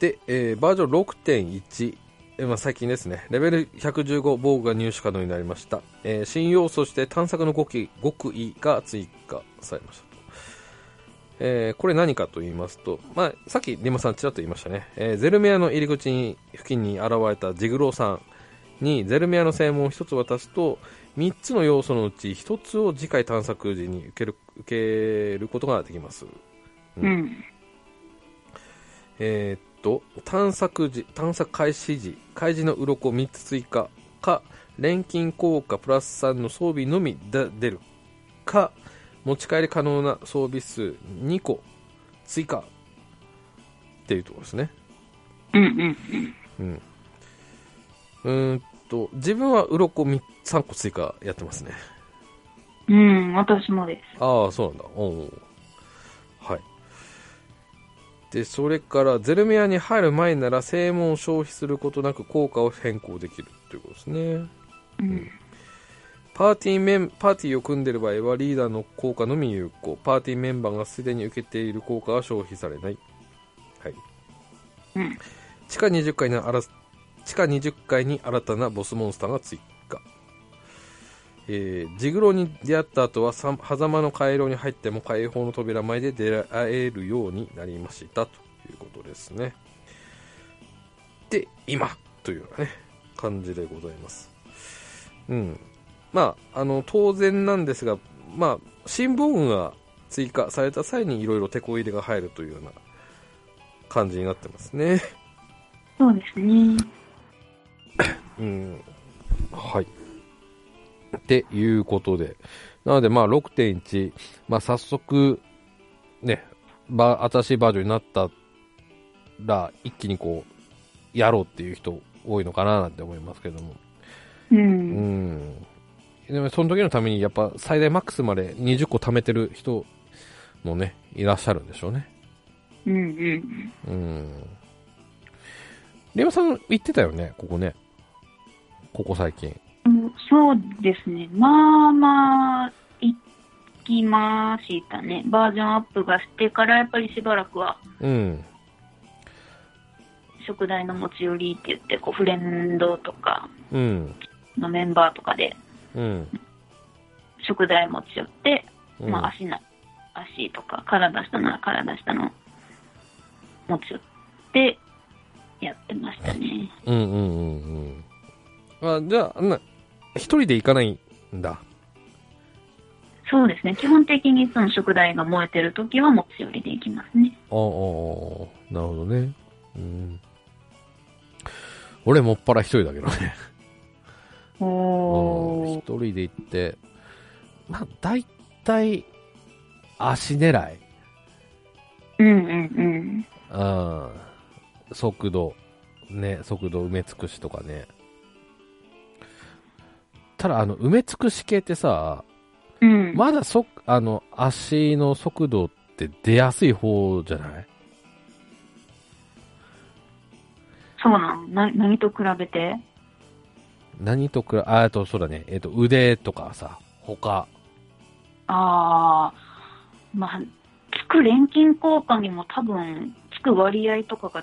Speaker 1: で、えーバージョン6.1。えーまあ、最近ですね、レベル115防具が入手可能になりました。えー新要素として探索の極意極意が追加されましたと。えーこれ何かと言いますと、まあ、さっきリマさんちらっと言いましたね、えーゼルメアの入り口に付近に現れたジグローさんにゼルメアの正門を1つ渡すと、3つの要素のうち1つを次回探索時に受ける受けることができます。
Speaker 2: うん。
Speaker 1: えーっと探索時探索開始時開示の鱗3つ追加か錬金効果プラス3の装備のみで出るか持ち帰り可能な装備数2個追加っていうところですね
Speaker 2: うん。うん。
Speaker 1: うんうーんと自分は鱗3 3個追加やってますね
Speaker 2: うん。私もで
Speaker 1: ああそうなんだおうおうはいでそれからゼルメアに入る前なら正門を消費することなく効果を変更できるということですね
Speaker 2: す。うん。
Speaker 1: パーティーメンパーティーを組んでいる場合はリーダーの効果のみ有効パーティーメンバーがすでに受けている効果は消費されない、はい、
Speaker 2: うん。
Speaker 1: 地下20階にあら地下20階に新たなボスモンスターが追加、えージグロに出会った後はさ狭間の回廊に入っても開放の扉前で出会えるようになりましたということですねで今というようなね感じでございますうんまああの当然なんですがまあ新聞具が追加された際にいろいろ手こ入れが入るというような感じになってますね
Speaker 2: そうですね。
Speaker 1: うん。はい。っていうことで。なので、まあ、6.1、まあ、早速、ね、ば、新しいバージョンになったら、一気にこう、やろうっていう人多いのかななんて思いますけども。
Speaker 2: う。
Speaker 1: うんん。でも、その時のために、やっぱ、最大マックスまで20個貯めてる人もね、いらっしゃるんでしょうね。
Speaker 2: うん。うん。
Speaker 1: うん。レオさん、行ってたよね、ここね。ここ最近。
Speaker 2: うんそうですね。まあまあ、行きましたね。バージョンアップがしてから、やっぱりしばらくは、
Speaker 1: うん。
Speaker 2: 食材の持ち寄りって言って、こう、フレンドとか
Speaker 1: うん。
Speaker 2: のメンバーとかで、
Speaker 1: うん。
Speaker 2: 食材持ち寄って、
Speaker 1: うん
Speaker 2: まあ、足な、足とか、体下なら体下の持ち寄って、やってましたね。
Speaker 1: うんうんうんうん。あ、じゃあ、な、一人で行かないんだ。
Speaker 2: そうですね。基本的にいつも食材が燃えてる時は持ち寄りで行きますね。
Speaker 1: ああ、なるほどね。うん。俺もっぱら一人だけどね。うん一
Speaker 2: おー。
Speaker 1: 人で行って、まあ、大体、足狙い。
Speaker 2: うんうん
Speaker 1: うん。速度、ね、速度埋め尽くしとかね。ただ、あの、埋め尽くし系ってさ、
Speaker 2: うん。うん。
Speaker 1: まだそ、あの、足の速度って出やすい方じゃない
Speaker 2: そうなのな何と比べて
Speaker 1: 何とくら、ああと、そうだね、えっ、と、腕とかさ、他。
Speaker 2: ああ、まあ、つく錬金効果にも多分、つく割合とかが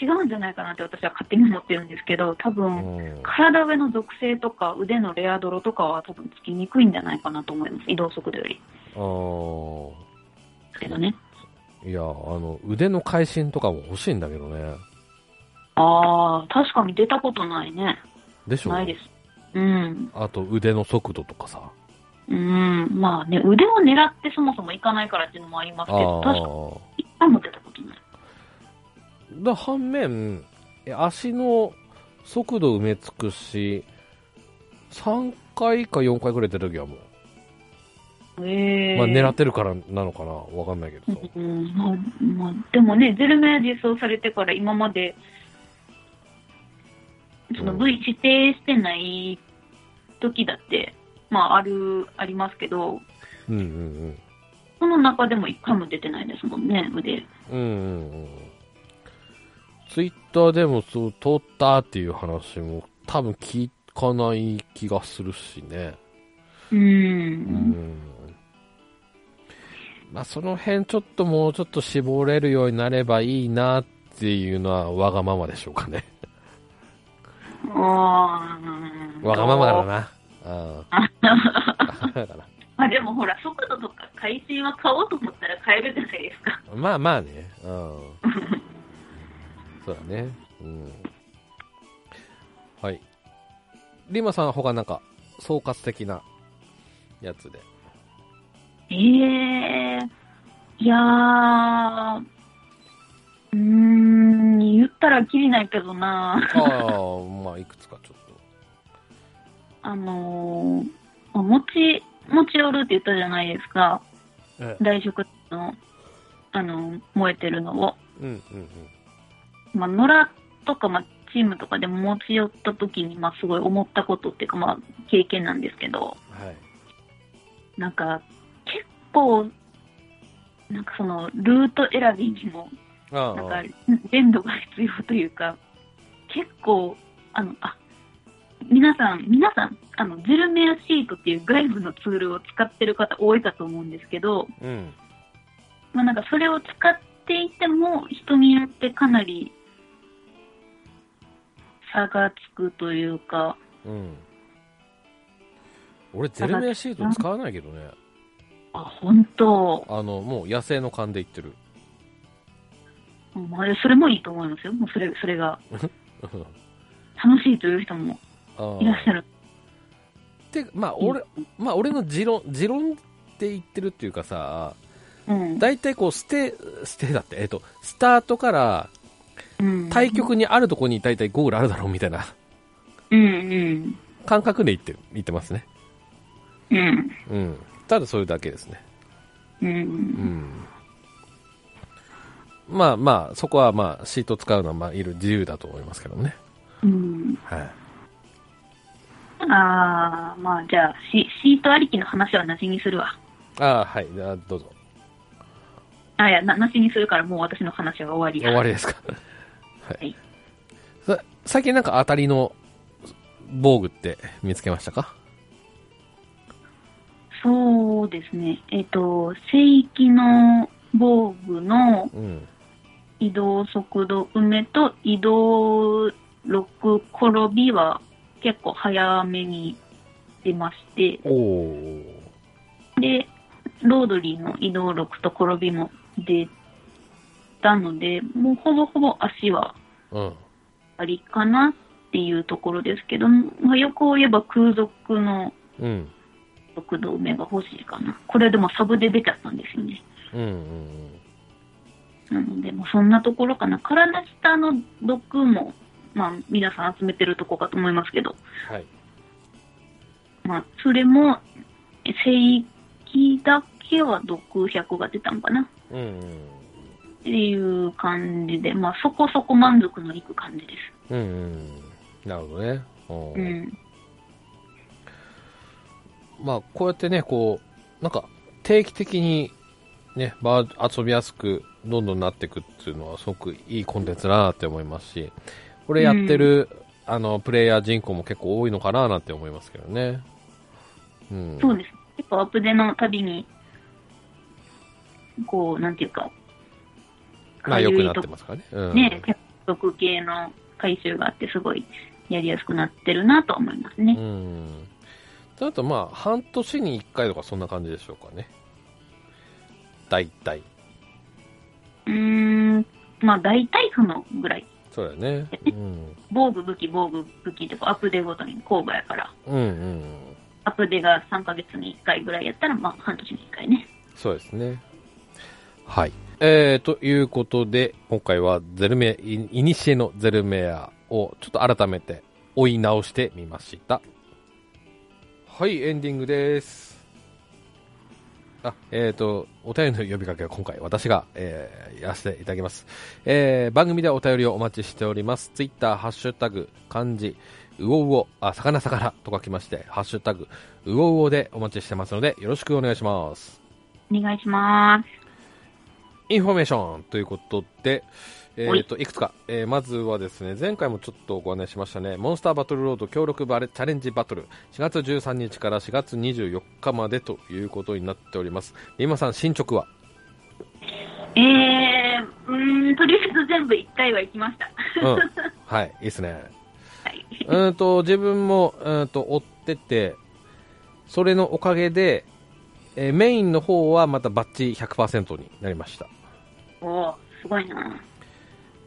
Speaker 2: 違うんじゃないかなって私は勝手に思ってるんですけど、多
Speaker 1: う
Speaker 2: 分、
Speaker 1: ん。
Speaker 2: 体上の属性とか腕のレアドロとかは多分つきにくいんじゃないかなと思います。移動速度より。
Speaker 1: あー
Speaker 2: ですけどね。
Speaker 1: いや、あの、腕の会心とかも欲しいんだけどね。
Speaker 2: ああ、確かに出たことないね。
Speaker 1: でしょ
Speaker 2: ないです。うん。
Speaker 1: あと腕の速度とかさ。
Speaker 2: うん。まあね、腕を狙ってそもそもいかないからっていうのもありますけど、
Speaker 1: あ
Speaker 2: 確
Speaker 1: あ。
Speaker 2: かに一回も出たことない。
Speaker 1: だ反面、え足の速度埋め尽くし、3回か4回くらい出た時はもう、
Speaker 2: ええ
Speaker 1: まあ狙ってるからなのかなわかんないけどさ。
Speaker 2: うん、まあ、まあ、でもね、ゼルメア実装されてから今まで、その
Speaker 1: うん
Speaker 2: V 指定してない時だって、まあ、ある、ありますけど、
Speaker 1: うんうん
Speaker 2: その中でも一回も出てないですもんね、腕。
Speaker 1: うん。うんうんうん。ツイッターでもそう、通ったっていう話も多分聞かない気がするしね。
Speaker 2: う。
Speaker 1: うんん。まあその辺ちょっともうちょっと絞れるようになればいいなっていうのはわがままでしょうかね。
Speaker 2: あー
Speaker 1: わがままだな。うん。だ から。
Speaker 2: まあでもほら、速度とか回線は買おうと思ったら買えるじゃないですか。
Speaker 1: まあまあね。うん。そうだね。うん。はい。リマさん他なんか、総括的なやつで。
Speaker 2: ええいやー、うーん、言ったらきりないけどな、
Speaker 1: ああ、まあいくつかちょっ
Speaker 2: あのー、持ち、持ち寄るって言ったじゃないですか、
Speaker 1: と。え
Speaker 2: 大食の、あのー燃えてるのを。
Speaker 1: うんうん
Speaker 2: まあ、野良とか、まあ、チームとかでも持ち寄った時に、まあ、すごい思ったことっていうか、まあ、経験なんですけど、
Speaker 1: うん。はい。
Speaker 2: なんか、結構、なんかその、ルート選びにも、
Speaker 1: ああ
Speaker 2: なんか、限度が必要というか、結構、あの、あ、皆さん、皆さん、あの、ジェルメアシートっていう外部のツールを使ってる方多いかと思うんですけど、
Speaker 1: うん。
Speaker 2: まあなんかそれを使っていても、人によってかなり差がつくというか、
Speaker 1: うん。俺、ゼルメアシート使わないけどね。
Speaker 2: あ、本当、
Speaker 1: あの、もう野生の勘でいってる。
Speaker 2: うんあれ、それもいいと思いますよ。もうそれ、それが、楽しいという人も
Speaker 1: あ
Speaker 2: いらっしゃる
Speaker 1: てまあ俺,、まあ、俺の持論持論って言ってるっていうかさ
Speaker 2: うん
Speaker 1: 大体こうステステだって、えっと、スタートから
Speaker 2: うん
Speaker 1: 対局にあるとこに大体ゴールあるだろうみたいな
Speaker 2: うんうん
Speaker 1: 感覚で言ってる言ってますね、
Speaker 2: うん
Speaker 1: うん、ただそれだけですね、
Speaker 2: う
Speaker 1: うんん、まあまあそこはまあシート使うのはまあいる自由だと思いますけどね、
Speaker 2: うん
Speaker 1: はい、
Speaker 2: ああまあじゃあシシートありきの話はなしにするわ
Speaker 1: ああはいじゃあどうぞ
Speaker 2: あいやななしにするからもう私の話は終わりや
Speaker 1: 終わりですかはい、
Speaker 2: はい
Speaker 1: さ最近なんか当たりの防具って見つけましたか
Speaker 2: そうですねえっ、と正規の防具の
Speaker 1: うん
Speaker 2: 移動速度埋めと移動6転びは結構早めに出まして
Speaker 1: おお
Speaker 2: で、ロードリーの移動力と転びも出たので、もうほぼほぼ足は
Speaker 1: うん
Speaker 2: ありかなっていうところですけど、まあ、横を言えば空属の
Speaker 1: うん
Speaker 2: 速度目が欲しいかな。これでもサブで出ちゃったんですよね。
Speaker 1: うんうん
Speaker 2: なので、もうそんなところかな。体下の毒も、まあ皆さん集めてるとこかと思いますけど、
Speaker 1: はい
Speaker 2: まあそれも、え正規だけは毒100が出たんかな。
Speaker 1: うんうん
Speaker 2: っていう感じで、まあ、そこそこ満足のいく感じで
Speaker 1: うんうんなるほどねお
Speaker 2: す。う
Speaker 1: ー
Speaker 2: ん。
Speaker 1: まあこうやってねこうなんか定期的にねバー遊びやすくどんどんなっていくっていうのはすごくいいコンテンツだなって思いますしこれやってる、あのプレイヤー人口も結構多いのかななんて思いますけどねうん
Speaker 2: そうです。結構アップデのたびに、こう、なんていうか、
Speaker 1: まあ良くなって
Speaker 2: か
Speaker 1: ますからねうん
Speaker 2: ゆいとこね、接続系の回収があって、すごいやりやすくなってるなとは思います
Speaker 1: う
Speaker 2: ね。
Speaker 1: んあとまあ半年に1回とかそんな感じでしょうかね大体
Speaker 2: うーん、まあ、大体そのぐらい
Speaker 1: そうだよね。うん。
Speaker 2: 防具武器、防具武器ってこうアップデーごとに交互やから、
Speaker 1: うんうん。
Speaker 2: アップデーが3ヶ月に1回ぐらいやったら、まあ、半年に1回ね。
Speaker 1: そうですね。はい。えー、ということで、今回はゼルメ、いいにしえのゼルメアをちょっと改めて追い直してみました。はい、エンディングです。あ、えっ、と、お便りの呼びかけは今回私が、えーやらせていただきます。えー番組ではお便りをお待ちしております。ツイッター、ハッシュタグ、漢字、うおうお、あ、魚魚と書きまして、ハッシュタグ、うおうおでお待ちしてますので、よろしくお願いします。
Speaker 2: お願いします。
Speaker 1: インフォメーションということで、え
Speaker 2: は
Speaker 1: ー、
Speaker 2: い
Speaker 1: といくつか、えーまずはですね前回もちょっとご案内しましたねモンスターバトルロード協力バレチャレンジバトル4月13日から4月24日までということになっております今さん進捗は
Speaker 2: えー、うーん、とりあえず全部1回は行きました。
Speaker 1: うんはいいいですね
Speaker 2: はい。
Speaker 1: うーんと自分もうーんと追っててそれのおかげで、えーメインの方はまたバッチ100%になりました
Speaker 2: おーすごいな。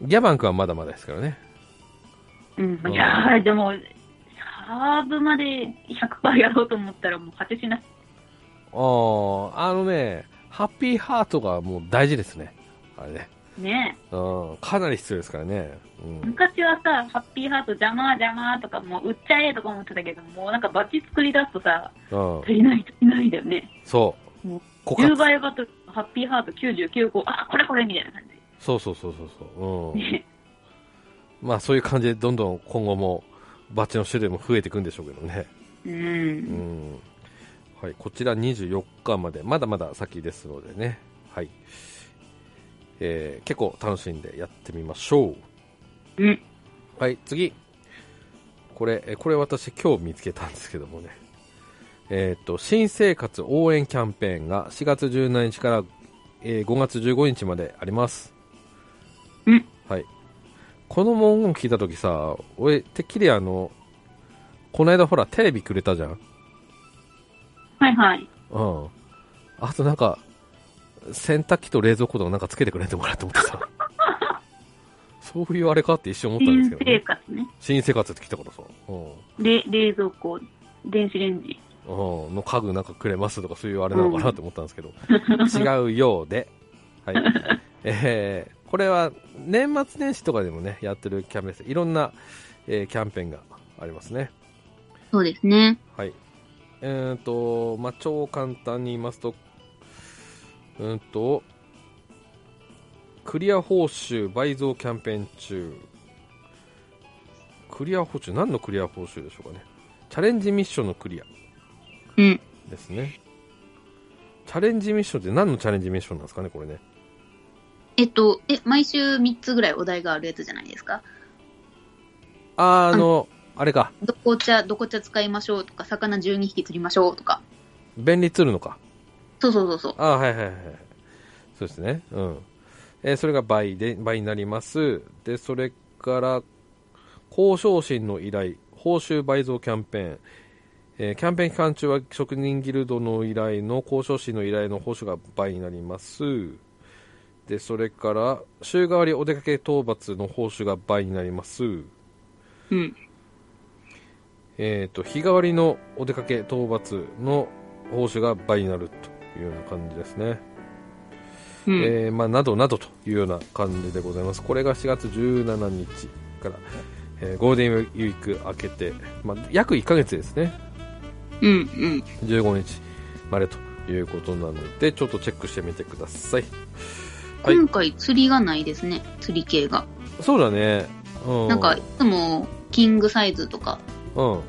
Speaker 1: ギャバン君はまだまだですからね
Speaker 2: うん
Speaker 1: う、ん
Speaker 2: いやー、でも、サーブまで100%やろうと思ったら、もう果てしない。
Speaker 1: あーあのね、ハッピーハートがもう大事ですね。あれね。
Speaker 2: ね
Speaker 1: うん、かなり必要ですからね。うん、
Speaker 2: 昔はさ、ハッピーハート邪魔邪魔とか、もう売っちゃえとか思ってたけど、もうなんかバッチ作り出すとさ、
Speaker 1: うん
Speaker 2: 足、りない足りないんだよね。
Speaker 1: そう
Speaker 2: もう。
Speaker 1: 枯
Speaker 2: 10
Speaker 1: 渇。
Speaker 2: 倍バトル、ハッピーハート99個、あ、これこれみたいな感
Speaker 1: そうそうそうそうそう。
Speaker 2: じ。
Speaker 1: うん。
Speaker 2: ね
Speaker 1: まあそういう感じでどんどん今後もバッチの種類も増えていくんでしょうけどね。
Speaker 2: う。
Speaker 1: うんん。はい、こちら24日まで、まだまだ先ですのでね。はい。えー結構楽しんでやってみましょう。
Speaker 2: うん。
Speaker 1: はい、次。これ、えこれ私今日見つけたんですけどもね。えーっと、新生活応援キャンペーンが4月17日から、えー5月15日まであります。
Speaker 2: うん
Speaker 1: はい。この文言聞いたときさ、俺、てっきりあの、この間ほらテレビくれたじゃん。
Speaker 2: はいはい。
Speaker 1: うん。あとなんか、洗濯機と冷蔵庫とかなんかつけてくれんのかなと思 ってさ。そういうあれかって一瞬思ったんです
Speaker 2: 新
Speaker 1: けどね。
Speaker 2: 生活ね。
Speaker 1: 新生活って来たからさ、うん、
Speaker 2: で、冷蔵庫、電子レンジ。
Speaker 1: うん、の家具なんかくれますとかそういうあれなのかなと思ったんですけど、違うようで、はい、えー、これは年末年始とかでもね、やってるキャンペーンです。いろんな、えーキャンペーンがありますね。
Speaker 2: そうですね。
Speaker 1: はい。えっ、と、まあ、超簡単に言いますと、うーんと、クリア報酬倍増キャンペーン中。クリア報酬、何のクリア報酬でしょうかね。チャレンジミッションのクリア
Speaker 2: うん。
Speaker 1: ですね。チャレンジミッションって何のチャレンジミッションなんですかね、これね。
Speaker 2: えっと、え、毎週3つぐらいお題があるやつじゃないですか
Speaker 1: あー、あの、あれか、
Speaker 2: どこ茶、どこ茶使いましょうとか、魚12匹釣りましょうとか。
Speaker 1: 便利ツールのか。
Speaker 2: そうそうそうそう。
Speaker 1: あはいはいはいはい。そうですね。うん。えーそれが倍で、倍になります。で、それから、交渉心の依頼、報酬倍増キャンペーン。えーキャンペーン期間中は職人ギルドの依頼の交渉心の依頼の報酬が倍になります。で、それから、週替わりお出かけ討伐の報酬が倍になります。
Speaker 2: うん。
Speaker 1: えー、と日替わりのお出かけ討伐の報酬が倍になるというような感じですね、
Speaker 2: うん。
Speaker 1: えーまあ、などなどというような感じでございますこれが4月17日から、えーゴールデンウィーク明けて、まあ、約1ヶ月ですね
Speaker 2: うん。うん。
Speaker 1: 15日までということなのでちょっとチェックしてみてくださいはい
Speaker 3: 今回釣りがないですね、釣り系が。
Speaker 1: そうだね、うん、
Speaker 3: なんか、いつも、キングサイズとか、
Speaker 1: うん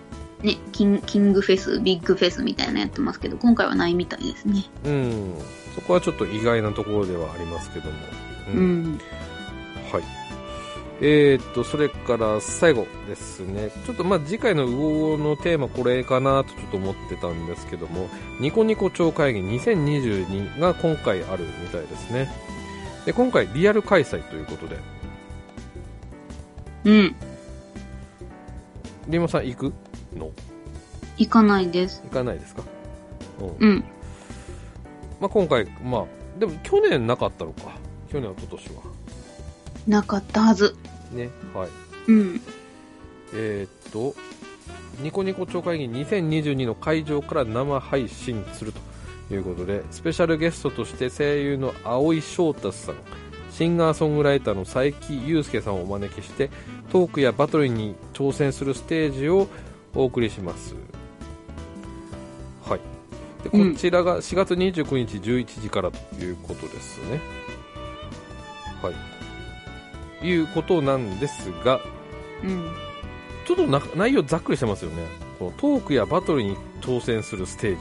Speaker 3: ね、キンキングフェス、ビッグフェスみたいなのやってますけど、今回はないみたいですね。
Speaker 1: うん、そこはちょっと意外なところではありますけども、
Speaker 3: う、ん。
Speaker 1: はい。えー、っと、それから最後ですね。ちょっとまあ次回のウオウオのテーマこれかなとちょっと思ってたんですけども、ニコニコ超会議2022が今回あるみたいですね。で、今回リアル開催ということで、
Speaker 3: うん。
Speaker 1: リモさん行くの
Speaker 3: 行かないです。
Speaker 1: 行かないですかうん。
Speaker 3: うん。
Speaker 1: まあ今回、まあ、でも去年なかったのか。去年、一昨年は。
Speaker 3: なかったはず。
Speaker 1: ね、はい。
Speaker 2: うん。
Speaker 1: えーっと、ニコニコ超会議2022の会場から生配信するということで、スペシャルゲストとして声優の蒼井翔太さん、シンガーソングライターの佐伯祐介さんをお招きして、トークやバトルに挑戦するステージをお送りします。はい。でこ
Speaker 2: うん
Speaker 1: ちらが4月29日11時からということですね。はい。いうことなんですが、
Speaker 2: うん。
Speaker 1: ちょっとな内容ざっくりしてますよねこのトークやバトルに挑戦するステー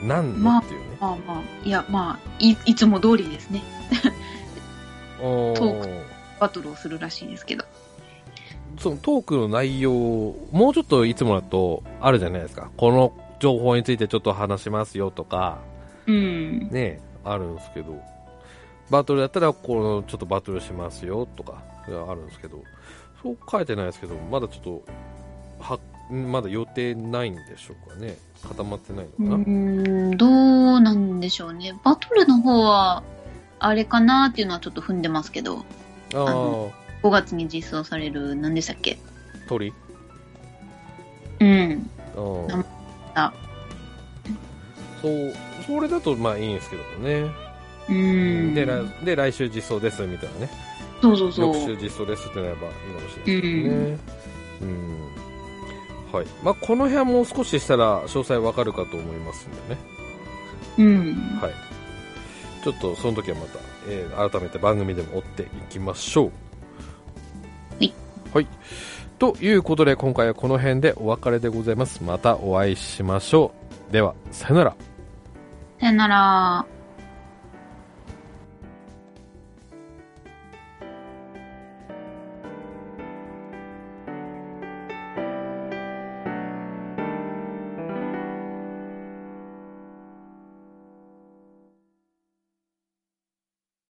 Speaker 1: ジなんの
Speaker 2: まあ
Speaker 1: っていうね、
Speaker 2: まあまあ、いや、まあ、い、いつも通りですね。
Speaker 1: お
Speaker 2: トーバトルをするらしいですけど。
Speaker 1: そのトークの内容もうちょっといつもだとあるじゃないですかこの情報についてちょっと話しますよとか
Speaker 2: うん。
Speaker 1: ねあるんですけどバトルだったらこのちょっとバトルしますよとかそれはあるんですけどそう書いてないですけどまだちょっとはまだ予定ないんでしょうかね固まってないのかな、
Speaker 2: うん、どうなんでしょうね。バトルの方は、あれかなっていうのはちょっと踏んでますけど、
Speaker 1: ああ
Speaker 2: 5月に実装される、何でしたっけ
Speaker 1: 鳥
Speaker 2: うん。
Speaker 1: うん
Speaker 2: うんあ
Speaker 1: そうそれだとまあいいんですけどもね、
Speaker 2: うん。
Speaker 1: で来で来週実装ですみたいなね
Speaker 2: そうそうそ
Speaker 1: 翌週。
Speaker 2: う
Speaker 1: 実装ですってなればいいかもしれないですねうん、はいまあ、この辺はもう少ししたら詳細わかるかと思いますんでね、
Speaker 2: うん。
Speaker 1: はい、ちょっとその時はまた、えー改めて番組でも追っていきましょう
Speaker 2: はい、
Speaker 1: はい、ということで今回はこの辺でお別れでございますまたお会いしましょうではさよなら
Speaker 2: さよなら。